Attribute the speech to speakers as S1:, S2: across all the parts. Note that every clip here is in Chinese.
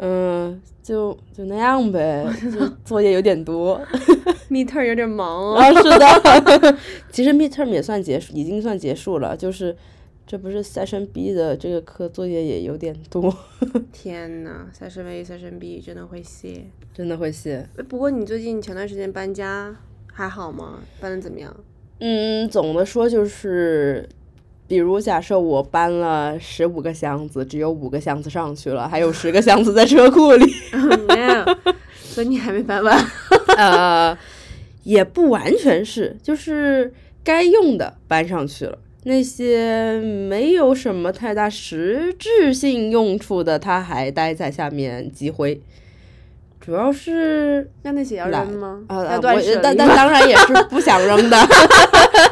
S1: 呃就就那样呗， 就作业有点 多。
S2: ，midterm 有点忙啊。
S1: 啊，是的， 其实 midterm 也算结束，已经算结束了，就是这不是 session B 的这个课作业也有点多，
S2: 天呐，三十 A、三十 B 真的会谢。
S1: 真的会谢。
S2: 呃不过你最近前段时间搬家还好吗？搬的怎么样？
S1: 嗯，总的说就是，比如假设我搬了十五个箱子，只有五个箱子上去了，还有十个箱子在车库里。
S2: 没有，所以你还没搬 完。
S1: 呃，也不完全是，就是该用的搬上去了，那些没有什么太大实质性用处的，它还待在下面积灰。主要是
S2: 那那些要
S1: 懒
S2: 扔吗？
S1: 啊，
S2: 要
S1: 啊
S2: 断
S1: 我
S2: 舍
S1: 但
S2: 离
S1: 但
S2: 吗
S1: 当然也是不想扔的。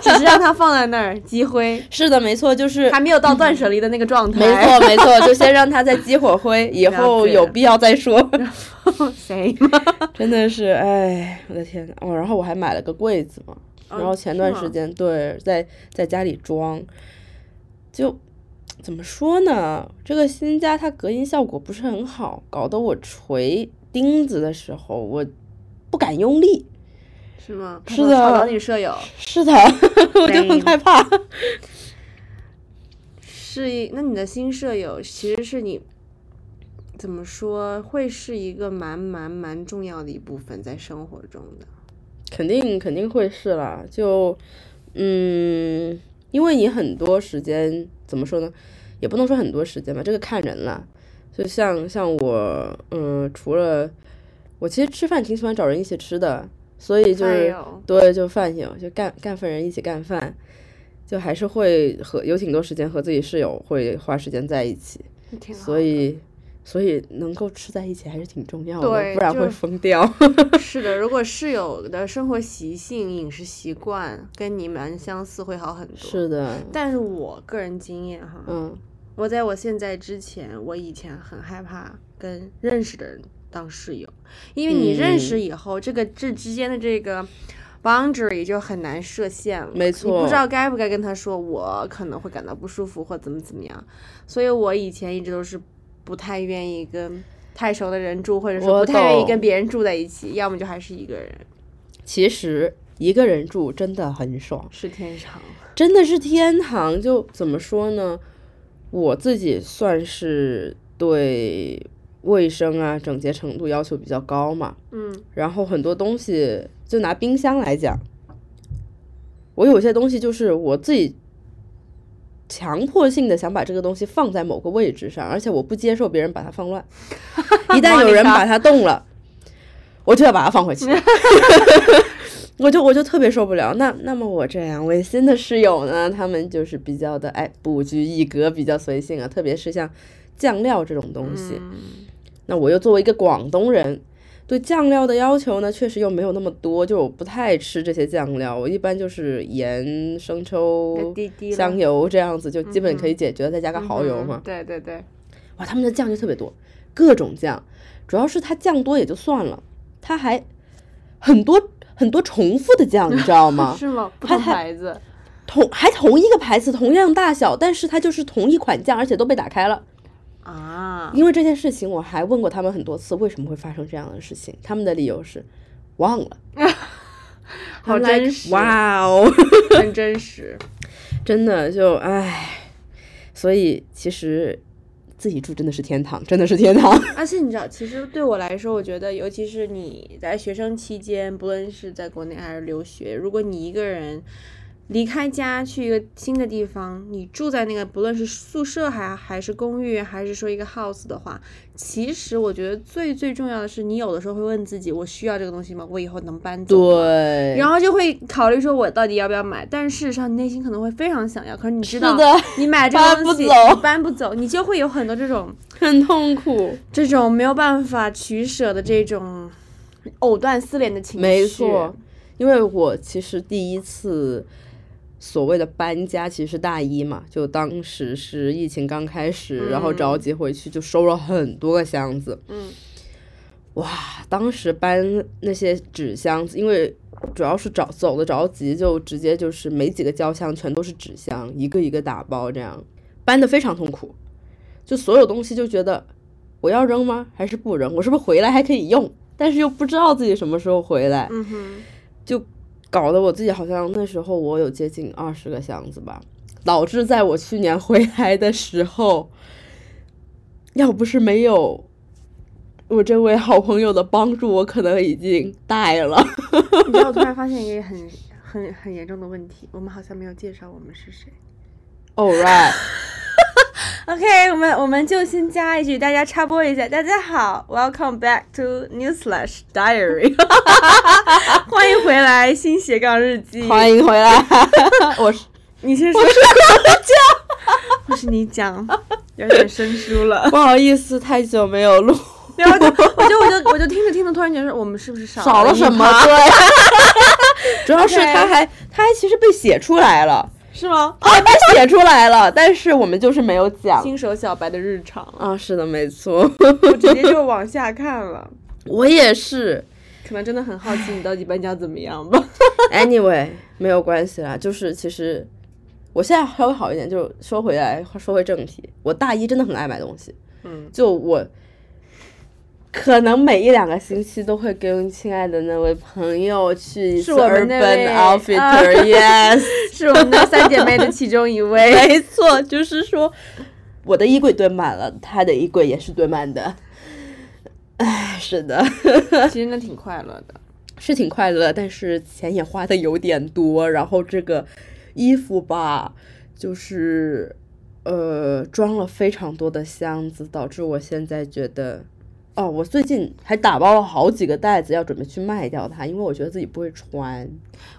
S2: 只是让它放在那儿积灰，
S1: 是的，没错，就是
S2: 还没有到断舍离的那个状态。
S1: 没错没 错，就先让它再积会儿灰，以后
S2: 了解
S1: 有必要 再说。
S2: 错，谁？
S1: 真的是，哎，我的天呐！哦，然后我还买了个柜子嘛，
S2: 哦
S1: 然后前段
S2: 是吗
S1: 时间对，在在家里装，就怎么说呢？这个新家它隔音效果不是很好，搞得我锤钉子的时候我不敢用力。
S2: 哦是吗？
S1: 是
S2: 怕
S1: 的
S2: 吵到你舍友。
S1: 是的， 我就很
S2: Same
S1: 害怕。
S2: 是一，那你的新舍友其实是你怎么说，会是一个蛮蛮蛮重要的一部分在生活中的。
S1: 肯定肯定会是啦，就嗯，因为你很多时间怎么说呢，也不能说很多时间吧，这个看人啦。就像像我，嗯，除了我其实吃饭挺喜欢找人一起吃的，所以就
S2: 哎
S1: 是、
S2: 呦
S1: 对，就饭友就干干饭人一起干饭，就还是会和有挺多时间和自己室友会花时间在一起，
S2: 挺好
S1: 所以所以能够吃在一起还是挺重要的，
S2: 对
S1: 不然
S2: 就
S1: 会疯掉。
S2: 是的，如果室友的生活习性、饮食习惯跟你蛮相似，会好很多。
S1: 是的，
S2: 但 是我个人经验哈，
S1: 嗯。
S2: 我在我现在之前，我以前很害怕跟认识的人当室友，因为你
S1: 嗯
S2: 认识以后，这个这之间的这个 boundary 就很难设限了。
S1: 没
S2: 你
S1: 错
S2: 不知道该不该跟他说，我可能会感到不舒服或怎么怎么样，所以我以前一直都是不太愿意跟太熟的人住，或者说
S1: 我
S2: 不太愿意
S1: 懂
S2: 跟别人住在一起，要么就还是一个人，
S1: 其实一个人住真的很爽，
S2: 是天长。
S1: 真的是天堂。就怎么说呢？我自己算是对卫生啊、整洁程度要求比较高嘛，
S2: 嗯，
S1: 然后很多东西，就拿冰箱来讲，我有些东西就是我自己强迫性的想把这个东西放在某个位置上，而且我不接受别人把它放乱。一旦有人把它动了，我就要把它放回去。 我就我就特别受不了。那那么我这两位新的室友呢，他们就是比较的哎不拘一格，比较随性啊，特别是像酱料这种东西。
S2: 嗯
S1: 那我又作为一个广东人，对酱料的要求呢，确实又没有那么多，就我不太吃这些酱料，我一般就是盐、生抽、
S2: 滴滴了
S1: 香油这样子，就基本可以解决，再加哦个蚝油嘛
S2: 嗯。对对对，
S1: 哇，他们的酱就特别多，各种酱，主要是它酱多也就算了，它还很多很多重复的酱，你知 道吗？
S2: 是 吗？不
S1: 他
S2: 同
S1: 他
S2: 牌子。
S1: 同还同一个牌子，同样大小，但是它就是同一款酱，而且都被打开了。
S2: 啊，
S1: 因为这件事情，我还问过他们很多次，为什么会发生这样的事情？他们的理由是忘了。
S2: 好
S1: I'm like，
S2: 真实，
S1: 哇哦，
S2: 很真实。
S1: 真的就唉，所以其实自己住真的是天堂，真的是天堂。
S2: 而且你知道，其实对我来说，我觉得，尤其是你在学生期间，不论是在国内还是留学，如果你一个人离开家去一个新的地方，你住在那个不论是宿舍还还是公寓，还是说一个 house 的话，其实我觉得最最重要的是，你有的时候会问自己，我需要这个东西吗？我以后能搬走吗？
S1: 对，
S2: 然后就会考虑说，我到底要不要买？但事实上，你内心可能会非常想要，可是你知
S1: 是
S2: 道，
S1: 的，
S2: 你买这
S1: 搬
S2: 个
S1: 不
S2: 东西
S1: 走
S2: 你搬不走，你就会有很多这种
S1: 很痛苦。
S2: 这种没有办法取舍的这种藕断丝连的情绪。
S1: 没错，，因为我其实第一次所谓的搬家，其实是大一嘛，就当时是疫情刚开始，然后着急回去，就收了很多个箱子。
S2: 嗯，
S1: 哇，当时搬那些纸箱子，因为主要是找走的着急，就直接就是没几个胶箱，全都是纸箱，一个一个打包这样，搬的非常痛苦，就所有东西就觉得我要扔吗？还是不扔？我是不是回来还可以用？但是又不知道自己什么时候回来，
S2: 嗯哼，
S1: 搞得我自己好像那时候我有接近二十个箱子吧，导致在我去年回来的时候，要不是没有我这位好朋友的帮助，我可能已经带了。
S2: 你知道我突然发现一个很很很严重的问题，我们好像没有介绍我们是谁。
S1: All right，
S2: OK，我们我们就先加一句，大家插播一下。大家好，Welcome back to Newslash Diary，欢迎回来新斜杠日记。
S1: 欢迎回来， 我是
S2: 你先说，我是 我是你讲，有点生疏了。
S1: 不好意思，太久没有录，
S2: 然后就我就我就我就听着听着，突然觉得我们是不是少
S1: 少了
S2: 一
S1: 什么
S2: 趴？？
S1: 对， 主要是
S2: OK
S1: 他还他还其实被写出来 了，
S2: 是吗？
S1: 他还被写出来了，但是我们就是没有讲。
S2: 啊新手小白的日 常，
S1: 啊，是的，没错，
S2: 我直接就往下看了。
S1: 我也是。
S2: 可能真的很好奇你到底颁奖怎么样吧？
S1: Anyway，没有关系啦，就是其实我现在稍微好一点，就说回来，说回正题，我大一真的很爱买东西，
S2: 嗯，
S1: 就我可能每一两个星期都会跟亲爱的那位朋友去一次
S2: 是我们那
S1: Urban
S2: 位啊
S1: Outfitter，yes，、
S2: 是我们的三姐妹的其中一位。
S1: 没错，就是说我的衣柜堆满了，他的衣柜也是堆满的，唉，是的。
S2: 其实那挺快乐的。
S1: 是挺快乐，但是钱也花的有点多。然后这个衣服吧，就是呃装了非常多的箱子，导致我现在觉得，哦，我最近还打包了好几个袋子，要准备去卖掉它，因为我觉得自己不会穿。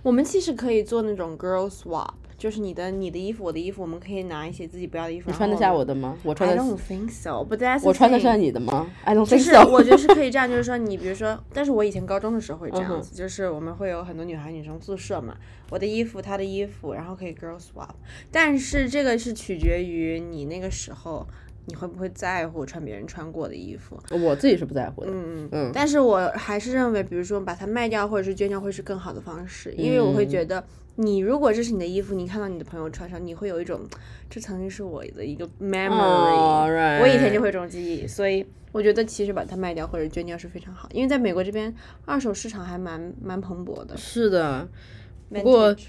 S2: 我们其实可以做那种 girl swap，就是你的你的衣服，我的衣服，我们可以拿一些自己不要的衣服。
S1: 你穿得
S2: 然
S1: 下
S2: 后
S1: 我的吗？我穿
S2: 哦？I
S1: 得
S2: don't think so, but that's the
S1: 我穿得
S2: thing
S1: 上。你的吗？I don't
S2: 就
S1: think
S2: 是
S1: so
S2: 我觉得是可以这样，就是说你比如说，但是我以前高中的时候会这
S1: 嗯
S2: 样
S1: 哼
S2: 子，就是我们会有很多女孩女生宿舍嘛，我的衣服她的衣服，然后可以 girl swap，但是这个是取决于你那个时候你会不会在乎穿别人穿过的衣服，
S1: 我自己是不在乎的。
S2: 嗯
S1: 嗯
S2: 嗯，但是我还是认为，比如说把它卖掉或者是捐掉会是更好的方式，因为我会觉得，你如果这是你的衣服，你看到你的朋友穿上，你会有一种这曾经是我的一个 memory，、
S1: Alright
S2: 我以前就会有这种记忆，所以我觉得其实把它卖掉或者捐掉是非常好，因为在美国这边二手市场还蛮蛮蓬勃的。
S1: 是的，不过
S2: Vintage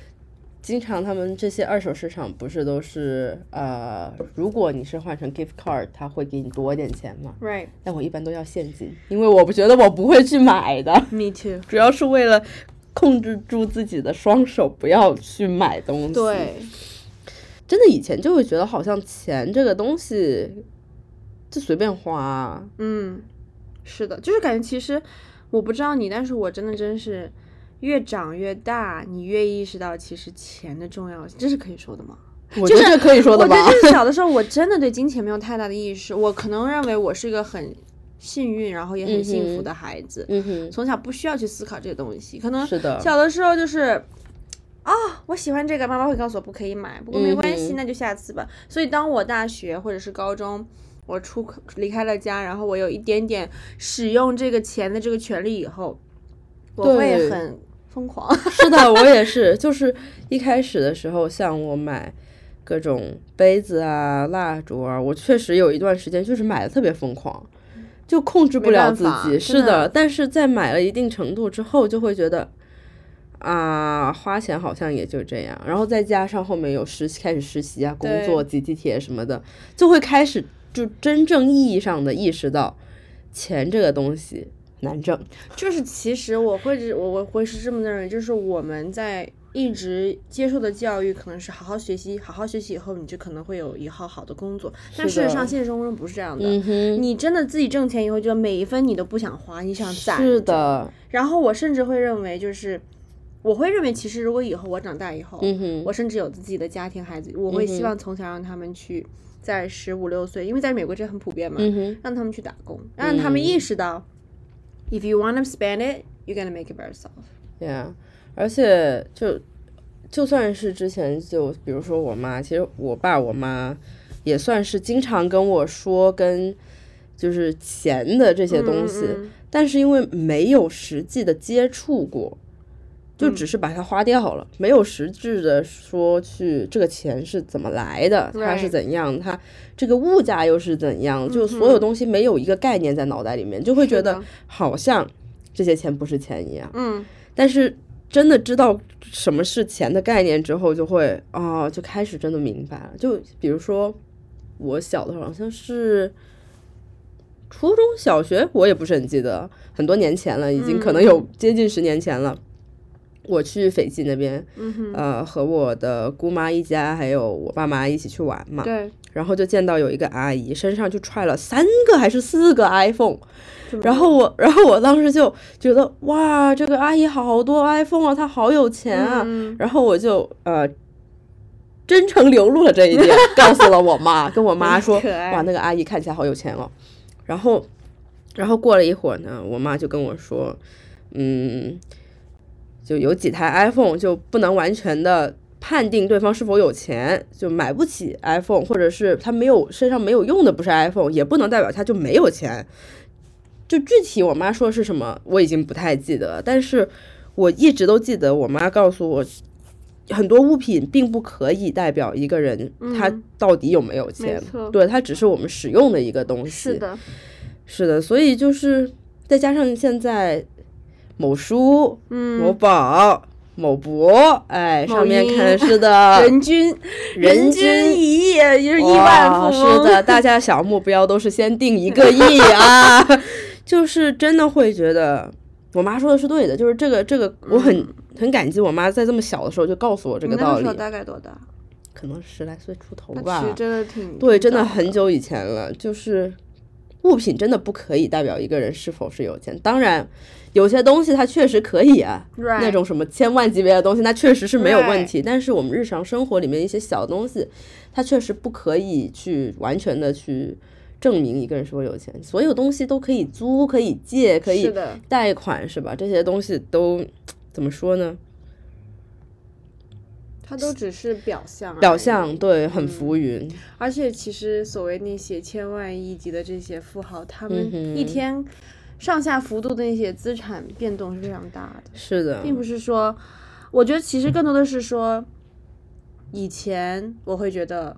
S1: 经常他们这些二手市场不是都是呃，如果你是换成 gift card，他会给你多一点钱嘛？
S2: ，right，me
S1: 但我一般都要现金，因为我不觉得我不会去买的，
S2: too，
S1: 主要是为了控制住自己的双手，不要去买东西。，
S2: 对，
S1: 真的以前就会觉得好像钱这个东西就随便花，啊
S2: 嗯，是的，就是感觉其实我不知道你，但是我真的真是越长越大，你越意识到其实钱的重要性，这是可以说的吗？
S1: 我觉得这可以说的吧？
S2: 我觉得就是小的时 候，我真的对金钱没有太大的意识，我可能认为我是一个很幸运，然后也很幸福的孩子，
S1: 嗯哼，
S2: 从小不需要去思考这些东西，可能
S1: 是的
S2: 小的时候就是。啊、我喜欢这个，妈妈会告诉我不可以买，不过没关
S1: 嗯
S2: 系，
S1: 哼
S2: 那就下次吧。所以当我大学或者是高中，我出离开了家，然后我有一点点使用这个钱的这个权利以后，我
S1: 对
S2: 会很疯狂。
S1: 是的，我也是，就是一开始的时候，像我买各种杯子啊、蜡烛啊，我确实有一段时间就是买的特别疯狂，就控制不
S2: 没
S1: 了
S2: 办
S1: 自
S2: 法
S1: 己。
S2: 真
S1: 是
S2: 的
S1: 但是在买了一定程度之后，就会觉得。啊，花钱好像也就这样，然后再加上后面有实习开始实习啊，工
S2: 对
S1: 作挤地铁什么的，就会开始就真正意义上的意识到，钱这个东西难挣。
S2: 就是其实我会是，我我会是这么认为，就是我们在一直接受的教育可能是好好学习，好好学习以后你就可能会有一号好的工作，但
S1: 是
S2: 事实
S1: 的
S2: 上现实生活中不是这样的。
S1: 嗯哼，
S2: 你真的自己挣钱以后，就每一分你都不想花，你想攒。
S1: 是。的，
S2: 然后我甚至会认为，就是我会认为，其实如果以后我长大以后，
S1: 嗯哼，
S2: 我甚至有自己的家庭孩子，我会希望从小让他们去在十五六岁，因为在美国这很普遍嘛，
S1: 嗯哼。嗯
S2: 让他们去打工，让他们意识到、i f you wanna spend it, you gonna make it by yourself。
S1: Yeah，而且就就算是之前就比如说我妈，其实我爸我妈也算是经常跟我说跟就是钱的这些东西，
S2: 嗯嗯
S1: 但是因为没有实际的接触过，
S2: 嗯
S1: 就只是把它花掉了，没有实质的说去这个钱是怎么来的，它是
S2: Right
S1: 怎样，它这个物价又是怎样，就所有东西没有一个概念在脑袋里面，就会
S2: 嗯是
S1: 觉得
S2: 的
S1: 好像这些钱不是钱一样。
S2: 嗯，
S1: 但是真的知道什么是钱的概念之后，就会哦，就开始真的明白了。就比如说我小的时候好像是。初中小学我也不是很记得，很多年前了，已经可能有接近十年前了。我去斐济那边，
S2: 嗯
S1: 呃，和我的姑妈一家还有我爸妈一起去玩嘛，
S2: 对，
S1: 然后就见到有一个阿姨身上就揣了三个还是四个 iPhone，然后我， 然后我当时就觉得哇，这个阿姨好多 iPhone 啊，她好有钱啊，
S2: 嗯，
S1: 然后我就呃。真诚流露了这一 点，告诉了我妈，跟我妈说，
S2: 可爱
S1: 哇，那个阿姨看起来好有钱哦。然后，然后过了一会儿呢，我妈就跟我说，嗯，就有几台 iPhone 就不能完全的判定对方是否有钱，就买不起 iPhone，或者是他没有身上没有用的不是 iPhone，也不能代表他就没有钱。就具体我妈说是什么，我已经不太记得了，但是我一直都记得我妈告诉我，很多物品并不可以代表一个人他
S2: 嗯
S1: 到底有没有
S2: 没
S1: 钱，
S2: 错
S1: 对，它只是我们使用的一个东西。
S2: 是的，
S1: 是的，所以就是再加上现在某书、某
S2: 嗯，
S1: 宝、某博，哎，
S2: 某
S1: 上面
S2: 音
S1: 看是的，
S2: 人均
S1: 人
S2: 均
S1: 均。
S2: 一亿，就是亿
S1: 哇
S2: 万富翁，
S1: 是的，大家小目标都是先定一 个亿啊，就是真的会觉得我妈说的是对的，就是这个这个，我很、很感激我妈在这么小的时候就告诉我这
S2: 嗯你
S1: 个
S2: 那
S1: 道
S2: 个时
S1: 理
S2: 候，大概多大？
S1: 可能十来岁出头
S2: 那
S1: 吧
S2: 其实，真的挺
S1: 对，
S2: 挺
S1: 真的
S2: 早
S1: 很久以前了，就是物品真的不可以代表一个人是否是有钱。当然，有些东西它确实可以啊
S2: Right
S1: 那种什么千万级别的东西，那确实是没有问题。但是我们日常生活里面一些小东西，它确实不可以去完全的去证明一个人是否有钱。所有东西都可以租、可以借、可以
S2: 是的，
S1: 贷款，是吧？这些东西都怎么说呢？
S2: 它都只是表象而已，
S1: 表象对，很浮
S2: 嗯
S1: 云。
S2: 而且其实所谓那些千万亿级的这些富豪，他
S1: 嗯
S2: 们
S1: 哼
S2: 一天上下幅度的那些资产变动是非常大的，
S1: 是的，
S2: 并不是说，我觉得其实更多的是说，以前我会觉得，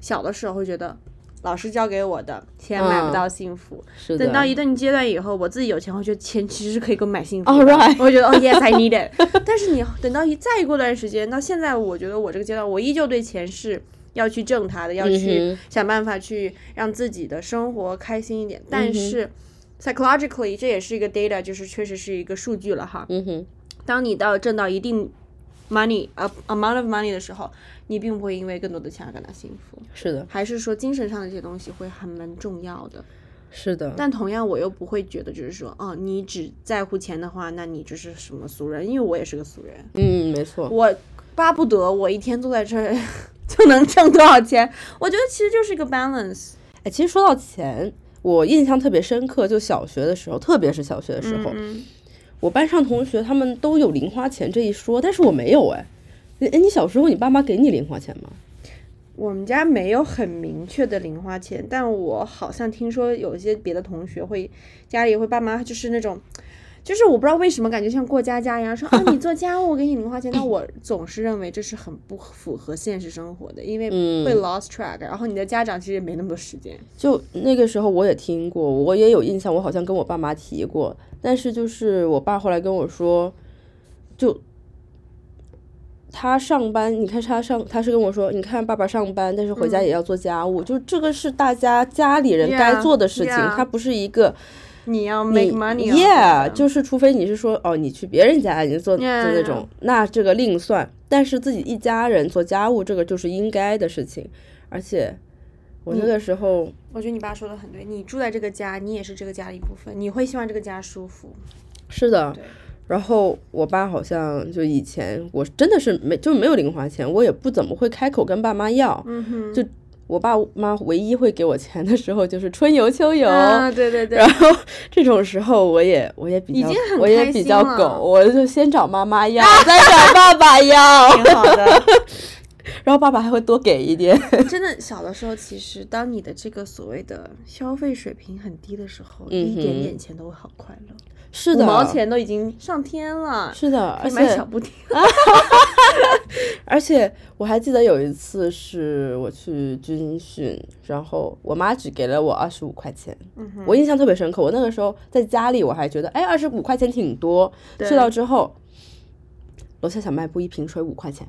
S2: 小的时候会觉得。老师教给我的钱买不
S1: 嗯
S2: 到幸福，
S1: 是的。
S2: 等到一定阶段以后，我自己有钱，我觉得钱其实是可以购买幸福的。
S1: All right
S2: 我会觉得哦、oh,，yes，I need it。但 是你等到一再过段时间，到现在，我觉得我这个阶段，我依旧对钱是要去挣它的，要去
S1: 嗯哼
S2: 想办法去让自己的生活开心一
S1: 嗯
S2: 点。但是 psychologically 这也是一个 data，就是确实是一个数据了哈。
S1: 嗯哼，
S2: 当你到挣到一定 money a amount of money 的时候，你并不会因为更多的钱而感到幸福，
S1: 是的，
S2: 还是说精神上的这些东西会还蛮重要的。
S1: 是的。
S2: 但同样，我又不会觉得就是说，哦，你只在乎钱的话，那你就是什么俗人？因为我也是个俗人，
S1: 嗯，没错，
S2: 我巴不得我一天坐在这儿 就能挣多少钱。我觉得其实就是一个 balance。
S1: 哎，其实说到钱，我印象特别深刻，就小学的时候，特别是小学的时候，
S2: 嗯，
S1: 我班上同学他们都有零花钱这一说，但是我没有哎。哎，你小时候你爸妈给你零花钱吗？
S2: 我们家没有很明确的零花钱，但我好像听说有一些别的同学会家里会爸妈就是那种。就是我不知道为什么感觉像过家家一样，说啊你做家务我给你零花钱，但我总是认为这是很不符合现实生活的，因为
S1: 嗯
S2: 会 lost track，、然后你的家长其实也没那么多时间。
S1: 就那个时候我也听过，我也有印象，我好像跟我爸妈提过，但是就是我爸后来跟我说，就他上班，你看他上，他是跟我说，你看爸爸上班，但是回家也要做家务，就这个是大家家里
S2: 嗯
S1: 人
S2: Yeah，
S1: 该做的事情
S2: yeah
S1: 它不是一个
S2: 你要 make
S1: 你
S2: money，啊
S1: ，yeah，
S2: 是
S1: 就是除非你是说哦，你去别人家你做做
S2: Yeah,
S1: 那种那这个另算。但是自己一家人做家务，这个就是应该的事情。而且我那个时候
S2: 我觉得你爸说的很对，你住在这个家，你也是这个家的一部分，你会希望这个家舒服。
S1: 是的
S2: 嗯对，
S1: 然后我爸好像就以前我真的是没就没有零花钱，我也不怎么会开口跟爸妈要。
S2: 嗯哼，
S1: 就我爸妈唯一会给我钱的时候，就是春游秋游。
S2: 啊，对对对，
S1: 然后这种时候，我也我也比较
S2: 已经很
S1: 我也
S2: 开
S1: 比
S2: 心
S1: 较
S2: 了
S1: 狗，我就先找妈妈要，再找爸爸要，
S2: 挺好的。
S1: 然后爸爸还会多给一点。
S2: 真的，小的时候，其实当你的这个所谓的消费水平很低的时候，
S1: 嗯
S2: 一点
S1: 哼
S2: 点钱都会好快乐。
S1: 是
S2: 五
S1: 的，
S2: 毛钱都已经上天了，
S1: 是的，
S2: 可
S1: 而
S2: 以买
S1: 且
S2: 小布丁。
S1: 而且我还记得有一次是我去军训，然后我妈只给了我二十五块钱，
S2: 嗯哼，
S1: 我印象特别深刻。我那个时候在家里，我还觉得哎，二十五块钱挺多。
S2: 对
S1: 去到之后，楼下小卖部一瓶水五块钱，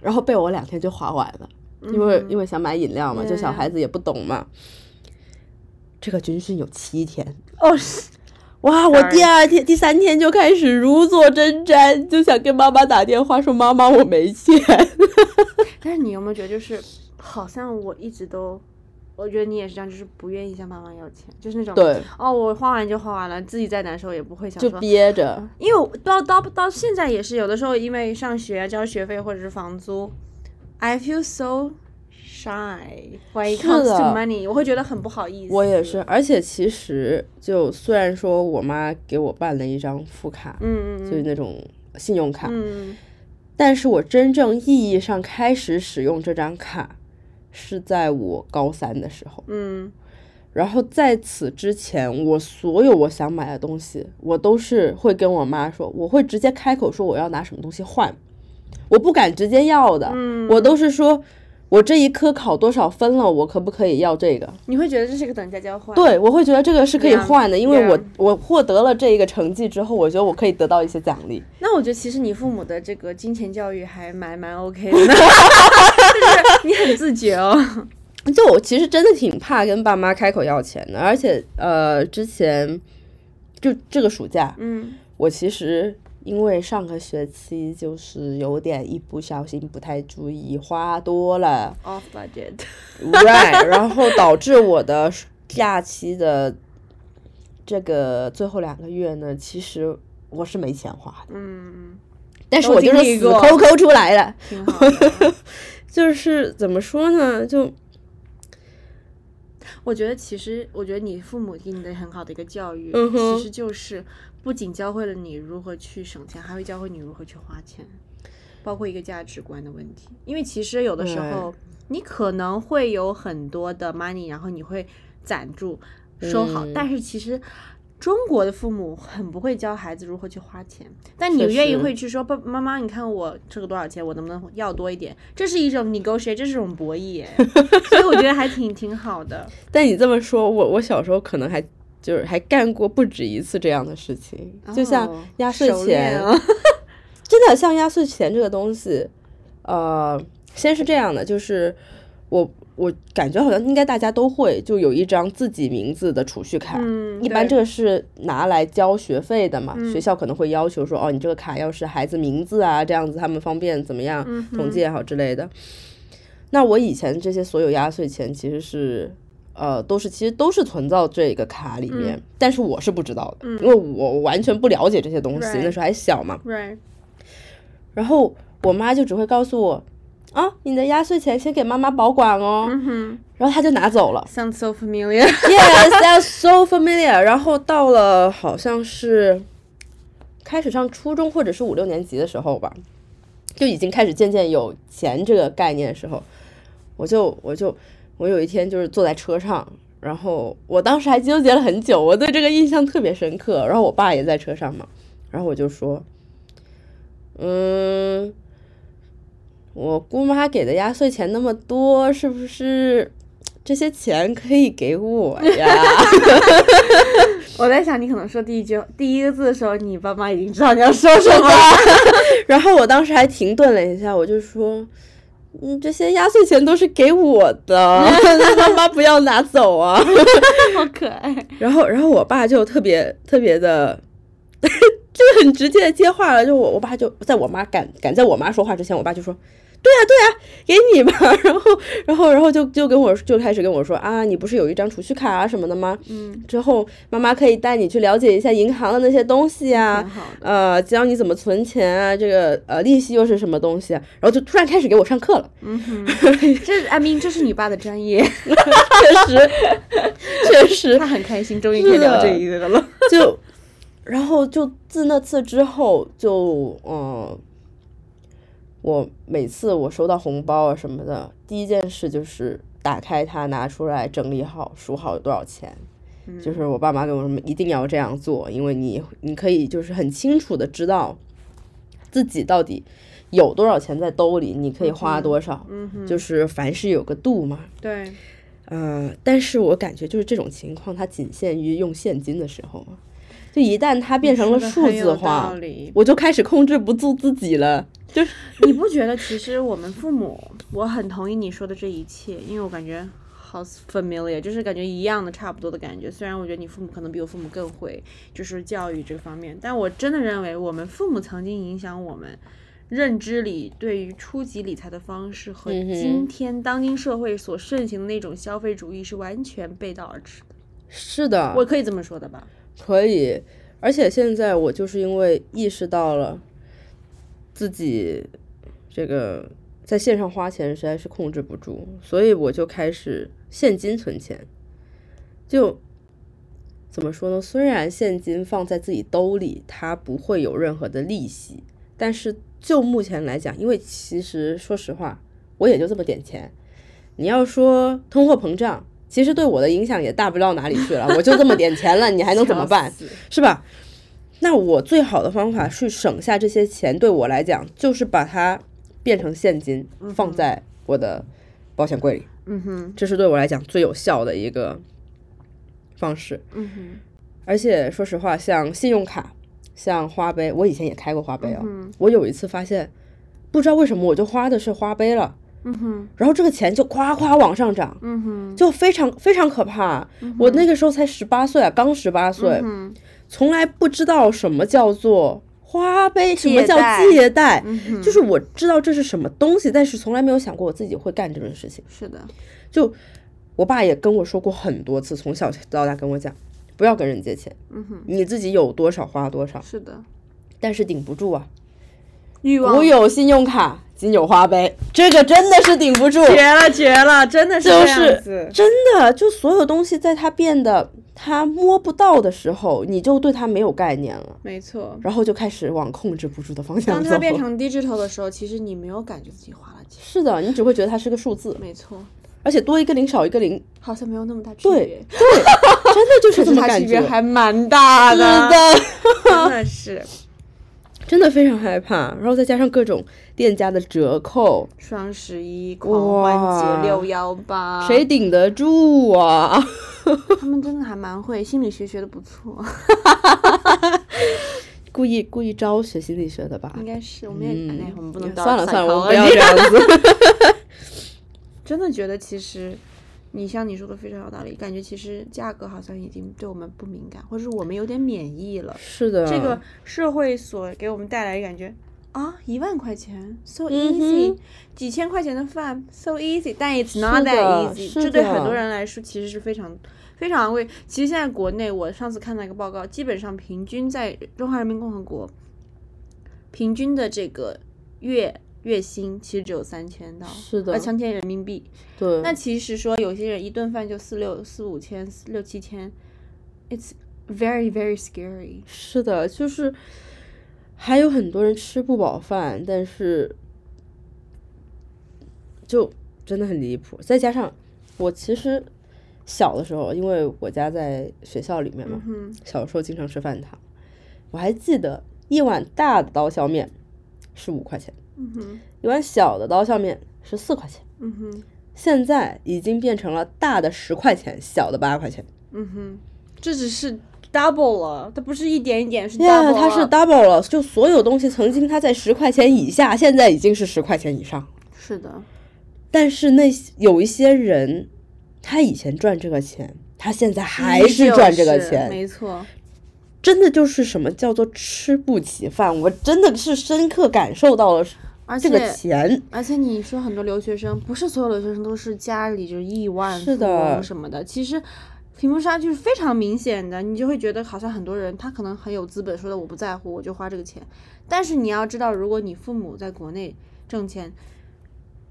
S1: 然后被我两天就花完了，因为、因为想买饮料嘛，就小
S2: 嗯
S1: 孩子也不懂嘛。这个军训有七天，
S2: 哦，是
S1: 哇！我第二天、第三天就开始如坐针毡，就想跟妈妈打电话说：“妈妈，我没钱。
S2: 但是你有没有觉得，就是好像我一直都，我觉得你也是这样，就是不愿意向爸妈要钱，就是那”种
S1: 对，
S2: 哦，我花完就花完了，自己再难受也不会想
S1: 就
S2: 说。
S1: 憋着。
S2: 因为我到到到现在也是，有的时候因为上学啊交学费或者是房租，I feel so shy when it
S1: 是
S2: comes
S1: 的
S2: to money，我会觉得很不好意思。
S1: 我也是，，而且其实就虽然说我妈给我办了一张副卡，
S2: 嗯
S1: 就是那种信用卡，
S2: 嗯
S1: 但是我真正意义上开始使用这张卡是在我高三的时候。
S2: 嗯
S1: 然后在此之前，我所有我想买的东西，我都是会跟我妈说，我会直接开口说我要拿什么东西换，我不敢直接要的，
S2: 嗯，
S1: 我都是说。我这一科考多少分了？我可不可以要这个？
S2: 你会觉得这是个等价交换。
S1: 对，我会觉得这个是可以
S2: 对啊
S1: 换的，因为我
S2: 对啊
S1: 我获得了这一个成绩之后，我觉得我可以得到一些奖励。
S2: 那我觉得其实你父母的这个金钱教育还蛮蛮 OK 的， 就是你很自觉哦。
S1: 就我其实真的挺怕跟爸妈开口要钱的，而且呃，之前就这个暑假，
S2: 嗯
S1: 我其实因为上个学期就是有点一不小心不太注意花多了
S2: ，off budget，
S1: right，然后导致我的假期的这个最后两个月呢，其实我是没钱花的，
S2: 嗯，
S1: 但是
S2: 都
S1: 我就
S2: 经
S1: 是
S2: 历
S1: 死
S2: 过
S1: 抠抠出来了。
S2: 挺好的。
S1: 就是怎么说呢？就
S2: 我觉得其实，我觉得你父母给你的很好的一个教育，
S1: 嗯哼
S2: 其实就是不仅教会了你如何去省钱，还会教会你如何去花钱，包括一个价值观的问题。因为其实有的时候，你可能会有很多的 money，然后你会攒住收好，
S1: 嗯
S2: 但是其实。中国的父母很不会教孩子如何去花钱，但你
S1: 确
S2: 愿意
S1: 实
S2: 会去说爸爸妈妈，你看我这个多少钱，我能不能要多一点？这是一种 negotiate，这是一种博弈耶， 所以我觉得还挺挺好的。
S1: 但你这么说，我我小时候可能还就是还干过不止一次这样的事情，就像
S2: 哦
S1: 压岁
S2: 熟
S1: 钱，
S2: 练 啊
S1: 真的像压岁钱这个东西，呃，先是这样的，就是我我感觉好像应该大家都会，就有一张自己名字的储蓄卡。
S2: 嗯，
S1: 一般这
S2: 个
S1: 个是拿来交学费的嘛，
S2: 嗯
S1: 学校可能会要求说，哦，你这个卡要是孩子名字啊，这样子他们方便怎么样、
S2: 嗯哼
S1: 统计也好之类的。那我以前这些所有压岁钱其实是，呃，都是其实都是存到这个卡里面，
S2: 嗯
S1: 但是我是不知道的，
S2: 嗯
S1: 因为我完全不了解这些东西
S2: Right
S1: 那时候还小嘛。
S2: right，
S1: 然后我妈就只会告诉我，啊，你的压岁钱先给妈妈保管哦，
S2: 嗯哼
S1: 然后她就拿走了。
S2: ，sounds so familiar，
S1: Yes, that's so familiar。然后到了好像是开始上初中或者是五六年级的时候吧，就已经开始渐渐有钱这个概念的时候，我就我就我有一天就是坐在车上，然后我当时还纠结了很久，我对这个印象特别深刻。然后我爸也在车上嘛，然后我就说，嗯。我姑妈给的压岁钱那么多，是不是这些钱可以给我 呀？
S2: 我在想你可能说第一句第一个字的时候，你爸妈已经知道你要说什么，
S1: 然后我当时还停顿了一下，我就说：“嗯，这些压岁钱都是给我的，妈妈不要拿走啊。
S2: 好可爱，”
S1: 然后，然后我爸就特别特别的， 就很直接的接话了。就我我爸就在我妈敢敢在我妈说话之前，我爸就说。对呀、对呀、给你吧。 然后，然后，然后就就跟我就开始跟我说啊，你不是有一张储蓄卡啊什么的吗？
S2: 嗯，
S1: 之后妈妈可以带你去了解一下银行的那些东西啊，
S2: 挺好的，
S1: 呃，教你怎么存钱啊，这个呃利息又是什么东西啊、然后就突然开始给我上课了，
S2: 嗯哼，这 I mean 这是你爸的专业，
S1: 确 实，确实
S2: 他很开心，终于可以聊这一个了，
S1: 就，然后就自那次之后就嗯。我每次我收到红包啊什么的，第一件事就是打开它，拿出来整理好，数好有多少钱，
S2: 嗯
S1: 就是我爸妈跟我说一定要这样做，因为你你可以就是很清楚的知道自己到底有多少钱在兜里，你可以花多少，
S2: 嗯哼，
S1: 就是凡事有个度嘛。
S2: 对，
S1: 嗯、但是我感觉就是这种情况，它仅限于用现金的时候啊，就一旦它变成了
S2: 说得
S1: 数
S2: 很
S1: 字
S2: 有道
S1: 化，
S2: 理。
S1: 我就开始控制不住自己了。就是
S2: 你不觉得其实我们父母，我很同意你说的这一切，因为我感觉好 familiar，就是感觉一样的、差不多的感觉。虽然我觉得你父母可能比我父母更会，就是教育这方面，但我真的认为我们父母曾经影响我们。认知里对于初级理财的方式和
S1: 嗯哼
S2: 今天当今社会所盛行的那种消费主义是完全背道而驰的，
S1: 是的，
S2: 我可以这么说的吧？
S1: 可以，而且现在我就是因为意识到了自己这个在线上花钱实在是控制不住，所以我就开始现金存钱。就怎么说呢？虽然现金放在自己兜里，它不会有任何的利息，但是就目前来讲，因为其实说实话，我也就这么点钱。你要说通货膨胀，其实对我的影响也大不到哪里去了，我就这么点钱了，你还能怎么办？
S2: 笑死？
S1: 是吧？那我最好的方法去省下这些钱，对我来讲就是把它变成现金，放在我的保险柜里，
S2: 嗯哼，
S1: 这是对我来讲最有效的一个方式。
S2: 嗯哼，
S1: 而且说实话，像信用卡、像花呗，我以前也开过花呗哦。
S2: 嗯
S1: 我有一次发现，不知道为什么我就花的是花呗了，
S2: 嗯哼，
S1: 然后这个钱就夸夸往上涨，
S2: 嗯哼，
S1: 就非常非常可怕。我那个时候才十八岁啊，刚十八岁，
S2: 嗯
S1: 从来不知道什么叫做花呗，什么
S2: 借
S1: 叫
S2: 贷
S1: 借贷，
S2: 嗯哼，
S1: 就是我知道这是什么东西，但是从来没有想过我自己会干这种事情。
S2: 是的，
S1: 我爸也跟我说过很多次，从小到大跟我讲，不要跟人借钱，
S2: 嗯哼，
S1: 你自己有多少花多少。
S2: 是的，
S1: 但是顶不住啊，
S2: 欲望
S1: 古有信用卡，今有花呗，这个真的是顶不 住。
S2: 绝了绝了，真的是
S1: 就
S2: 这
S1: 是
S2: 样子，
S1: 真的，就所有东西在它变得它摸不到的时候，你就对它没有概念了，
S2: 没错。
S1: 然后就开始往控制不住的方向
S2: 当
S1: 走。
S2: 它变成 digital 的时候，其实你没有感觉自己花了钱，
S1: 是的，你只会觉得它是个数字，
S2: 没错，
S1: 而且多一个零少一个 零，
S2: 好像没有那么大区
S1: 对
S2: 别。
S1: 对，真的就是这
S2: 可
S1: 么
S2: 它
S1: 感
S2: 区
S1: 觉
S2: 别。还蛮大
S1: 是
S2: 的，
S1: 的，
S2: 真的是
S1: 真的非常害怕，然后再加上各种店家的折扣，
S2: 双十一、狂欢
S1: 哇
S2: 节、六幺八，
S1: 谁顶得住啊？
S2: 他们真的还蛮会，心理学学的不 错，
S1: 故意故意招学心理学的吧
S2: 应？该是我们也哎，我们不能到
S1: 嗯算了算了，我们不
S2: psychology
S1: 要这样 子。
S2: 真的觉得其实，你像你说的非常有道理，感觉其实价格好像已经对我们不敏感，或者是我们有点免疫了。
S1: 是的，
S2: 这个社会所给我们带来的感觉啊，一万块钱，so
S1: 嗯
S2: easy，、
S1: 哼
S2: 几千块钱的饭，so easy，但 it's
S1: 是
S2: not
S1: 的
S2: that
S1: 是
S2: easy。这对
S1: 的
S2: 很多人来说其实是非常非常昂贵。其实现在国内，我上次看到一个报告，基本上平均在中华人民共和国，平均的这个月月薪其实只有三千到，
S1: 是的
S2: 呃，三千人民币。
S1: 对，
S2: 那其实说有些人一顿饭就四六四五千、四六七千，it's very very scary。
S1: 是的，就是还有很多人吃不饱饭，但是就真的很离谱。再加上我其实小的时候，因为我家在学校里面嘛，
S2: 嗯
S1: 小时候经常吃饭堂，我还记得一碗大的刀削面是五块钱，
S2: 嗯哼，
S1: 一碗小的刀削面是四块钱。
S2: 嗯哼，
S1: 现在已经变成了大的十块钱，小的八块钱。
S2: 嗯哼，这只是 double 了，它不是一点一点，是 double
S1: 对啊，它是
S2: 了
S1: double 了，就所有东西曾经它在十块钱以下，现在已经是十块钱以上。
S2: 是的，
S1: 但是那些有一些人，他以前赚这个钱，他现在还
S2: 依
S1: 是
S2: 旧
S1: 赚这个
S2: 是
S1: 钱，
S2: 没错，
S1: 真的就是什么叫做吃不起饭，我真的是深刻感受到了
S2: 而且
S1: 这。个钱。
S2: 而且你说很多留学生，不是所有留学生都是家里就是亿万
S1: 是
S2: 富
S1: 的
S2: 翁什么的，其实贫富差距是非常明显的，你就会觉得好像很多人他可能很有资本，说的我不在乎，我就花这个钱。但是你要知道，如果你父母在国内挣钱，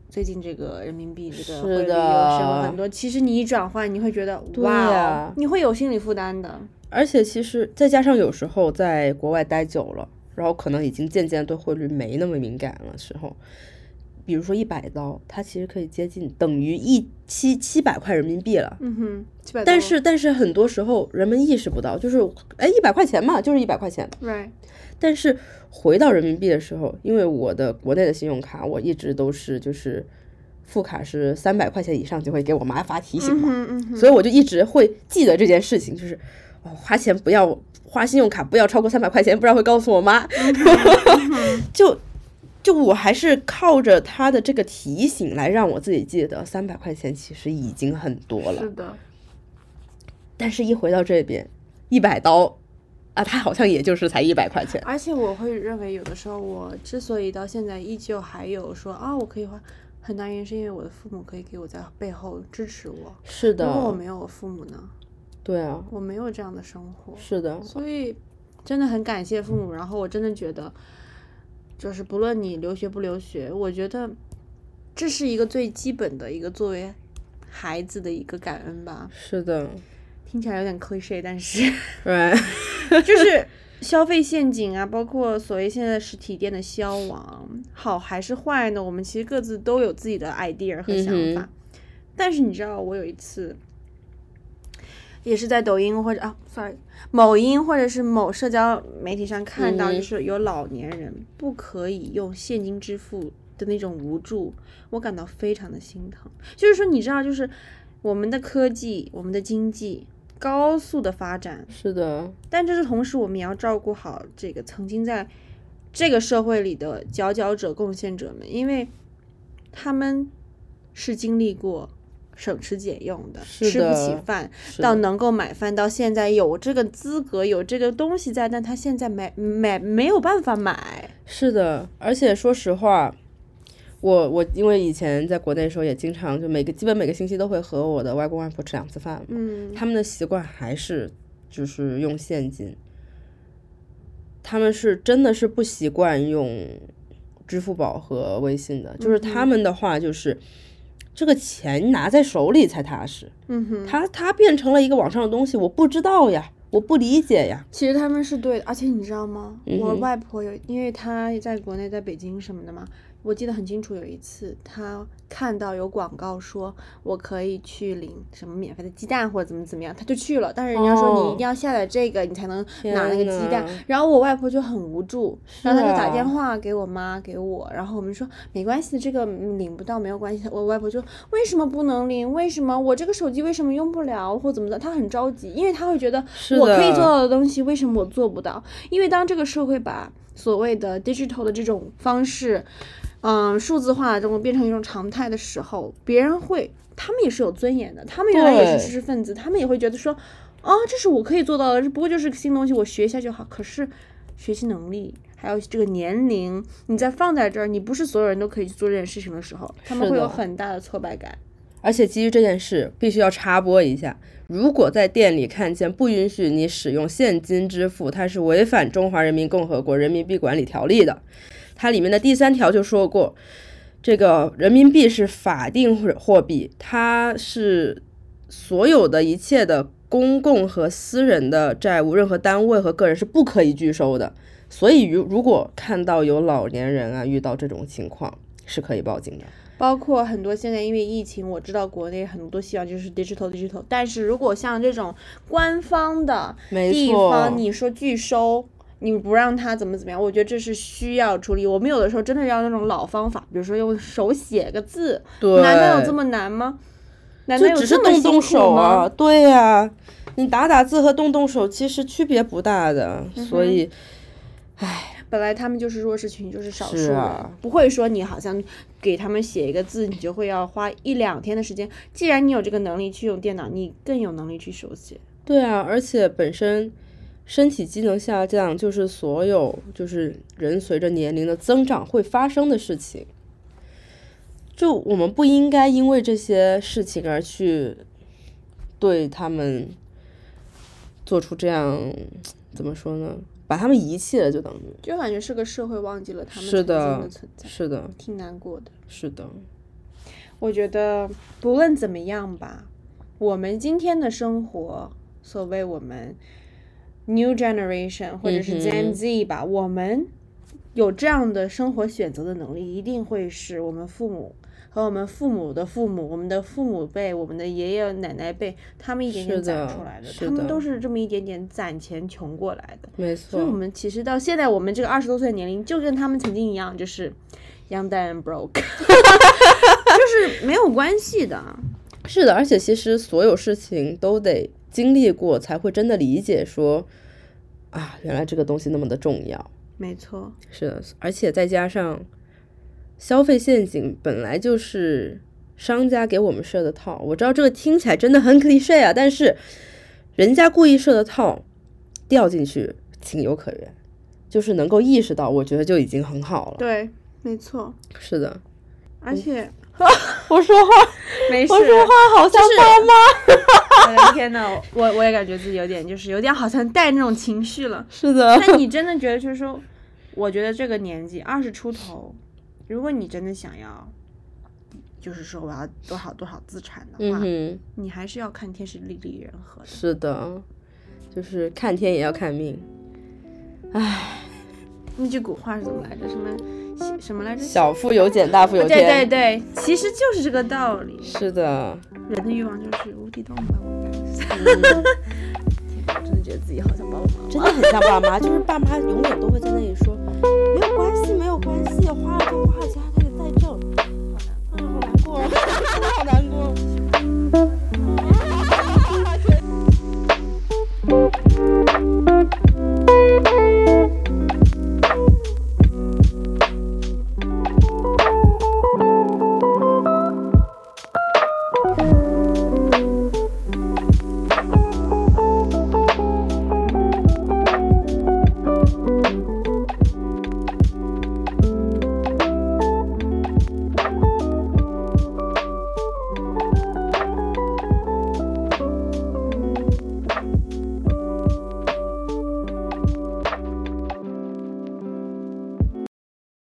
S2: 最近这个人民币这个汇率
S1: 是
S2: 又
S1: 的
S2: 升了很多，其实你一转换，你会觉得
S1: 对
S2: 哇
S1: 呀
S2: 哦，你会有心理负担的。
S1: 而且其实再加上有时候在国外待久了，然后可能已经渐渐对汇率没那么敏感了时候，比如说一百刀，它其实可以接近等于一七七百块人民币了。
S2: 嗯哼，700刀
S1: 但是但是很多时候人们意识不到，就是哎一百块钱嘛，就是一百块钱。
S2: ，right，
S1: 但是回到人民币的时候，因为我的国内的信用卡我一直都是就是副卡是三百块钱以上就会给我妈发提醒
S2: 嗯
S1: 嘛，
S2: 哼嗯哼，
S1: 所以我就一直会记得这件事情，就是哦花钱不要花信用卡不要超过三百块钱，不然会告诉我妈。
S2: 嗯
S1: 就就我还是靠着他的这个提醒来让我自己记得三百块钱其实已经很多了
S2: 是，的，
S1: 但是一回到这边一百刀啊，他好像也就是才一百块钱。
S2: 而且我会认为，有的时候我之所以到现在依旧还有说啊，我可以花，很大原因是因为我的父母可以给我在背后支持我。
S1: 是
S2: 如果我
S1: 的，
S2: 没有我父母呢，
S1: 对啊，
S2: 我没有这样的生活，
S1: 是的，
S2: 所以真的很感谢父母。然后我真的觉得，就是不论你留学不留学，我觉得这是一个最基本的一个作为孩子的一个感恩吧。
S1: 是的，
S2: 听起来有点 cliche，但是
S1: 对，
S2: 就是消费陷阱啊，包括所谓现在实体店的消亡，好还是坏呢？我们其实各自都有自己的 idea 和想
S1: 嗯哼
S2: 法。但是你知道，我有一次也是在抖音或者啊，sorry，某音或者是某社交媒体上看到，
S1: 嗯
S2: 就是有老年人不可以用现金支付的那种无助，我感到非常的心疼。就是说，你知道，就是我们的科技，我们的经济。高速的发展，
S1: 是的，
S2: 但这是同时，我们也要照顾好这个曾经在这个社会里的佼佼者、贡献者们，因为他们是经历过省吃俭用的，
S1: 是
S2: 吃不
S1: 的
S2: 起饭
S1: 是
S2: 到
S1: 的
S2: 能够买饭，到现在有这个资格、有这个东西在，但他现在买买没有办法买。
S1: 是的，而且说实话，我我因为以前在国内的时候也经常就每个基本每个星期都会和我的外公外婆吃两次饭，
S2: 嗯，
S1: 他们的习惯还是就是用现金，他们是真的是不习惯用支付宝和微信的，就是他们的话就是。这个钱拿在手里才踏实，
S2: 嗯哼，
S1: 它它变成了一个网上的东西，我不知道呀，我不理解呀，
S2: 其实他们是对的，而且你知道吗？
S1: 嗯
S2: 我
S1: 哼
S2: 外婆有，因为她在国内，在北京什么的嘛，我记得很清楚。有一次，她看到有广告说我可以去领什么免费的鸡蛋或者怎么怎么样，她就去了。但是人家说你
S1: 哦
S2: 一定要下载这个，你才能拿那个
S1: 天
S2: 鸡蛋
S1: 呐。
S2: 然后我外婆就很无助，然后她就打
S1: 啊
S2: 电话给我妈给我，然后我们说没关系的，这个嗯领不到没有关系的。我外婆就为什么不能领？为什么我这个手机为什么用不了或怎么的？她很着急，因为她会觉得
S1: 是
S2: 我可以
S1: 的
S2: 做到的东西，为什么我做不到？因为当这个社会把所谓的 digital 的这种方式，嗯，数字化这种变成一种常态的时候，别人会，他们也是有尊严的，他们原来也是
S1: 对
S2: 知识分子，他们也会觉得说，啊，这是我可以做到的，这不过就是个新东西，我学一下就好。可是学习能力。还有这个年龄，你再放在这儿，你不是所有人都可以去做这件事情的时候，他们
S1: 是
S2: 会有
S1: 的
S2: 很大的挫败感。
S1: 而且基于这件事，必须要插播一下：如果在店里看见不允许你使用现金支付，它是违反《中华人民共和国人民币管理条例》的。它里面的第三条就说过，这个人民币是法定货货币，它是所有的一切的公共和私人的债务，任何单位和个人是不可以拒收的。所以，如如果看到有老年人啊遇到这种情况，是可以报警的。
S2: 包括很多现在因为疫情，我知道国内很多希望就是 digital digital，但是如果像这种官方的
S1: 没
S2: 地
S1: 错，
S2: 方，你说拒收，你不让他怎么怎么样，我觉得这是需要处理。我们有的时候真的要那种老方法，比如说用手写个字，
S1: 对，
S2: 难道有这么难吗？难道
S1: 就
S2: 有
S1: 只是
S2: 这么
S1: 动
S2: 辛
S1: 动手
S2: 苦
S1: 啊，
S2: 吗？
S1: 对呀、你打打字和动动手其实区别不大的，
S2: 嗯
S1: 所以
S2: 本来他们就是弱势群体，就是少数
S1: 是
S2: 人，
S1: 啊
S2: 不会说你好像给他们写一个字，你就会要花一两天的时间。既然你有这个能力去用电脑，你更有能力去手写。
S1: 对啊，而且本身身体机能下降就是所有就是人随着年龄的增长会发生的事情，就我们不应该因为这些事情而去对他们做出这样怎么说呢，把他们遗弃了，就等于
S2: 就感觉是个社会忘记了他们
S1: 是
S2: 曾经
S1: 的
S2: 的存在，
S1: 是的，
S2: 挺难过的。
S1: 是的，
S2: 我觉得不论怎么样吧，我们今天的生活，所谓我们 new generation 或者是
S1: 嗯哼
S2: Gen Z 吧，我们有这样的生活选择的能力，一定会是我们父母和我们父母的父母、我们的父母辈、我们的爷爷奶奶辈，他们一点点
S1: 是的
S2: 攒出来的，
S1: 是
S2: 他们
S1: 的
S2: 都是这么一点点攒钱穷过来的。
S1: 没
S2: 所以，我
S1: 错，
S2: 们其实到现在，我们这个二十多岁的年龄，就跟他们曾经一样，就是 young d and broke，就是没有关系的。
S1: 是的，而且其实所有事情都得经历过，才会真的理解说，啊，原来这个东西那么的重要。
S2: 没错，
S1: 是的，而且再加上消费陷阱本来就是商家给我们设的套，我知道这个听起来真的很 cliche 啊，但是人家故意设的套掉进去情有可原，就是能够意识到，我觉得就已经很好了。
S2: 对，没错，
S1: 是的，
S2: 而且
S1: 我说 话，
S2: 没事。
S1: 我说话好像爸妈。
S2: 我的天呐，我我也感觉自己有点，就是有点好像带那种情绪 了。
S1: 是的，
S2: 但你真的觉得，就是说，我觉得这个年纪二十出头，如果你真的想要，就是说我要多少多少资产的
S1: 嗯
S2: 话，
S1: 哼，
S2: 你还是要看天时地利人和的。
S1: 是的，就是看天也要看命，
S2: 那句古话是怎么来着？什么什么来着？
S1: 小富由俭，大富 由
S2: 对对
S1: 天。
S2: 对，其实就是这个道理。
S1: 是的，
S2: 人的欲望就是无底洞吧，我感觉。天
S1: 嗯
S2: 哪，我真的觉得自己好像把我妈妈
S1: 真的很像爸妈，就是爸妈永远都会在那里说，没有关系，没有关系，花了多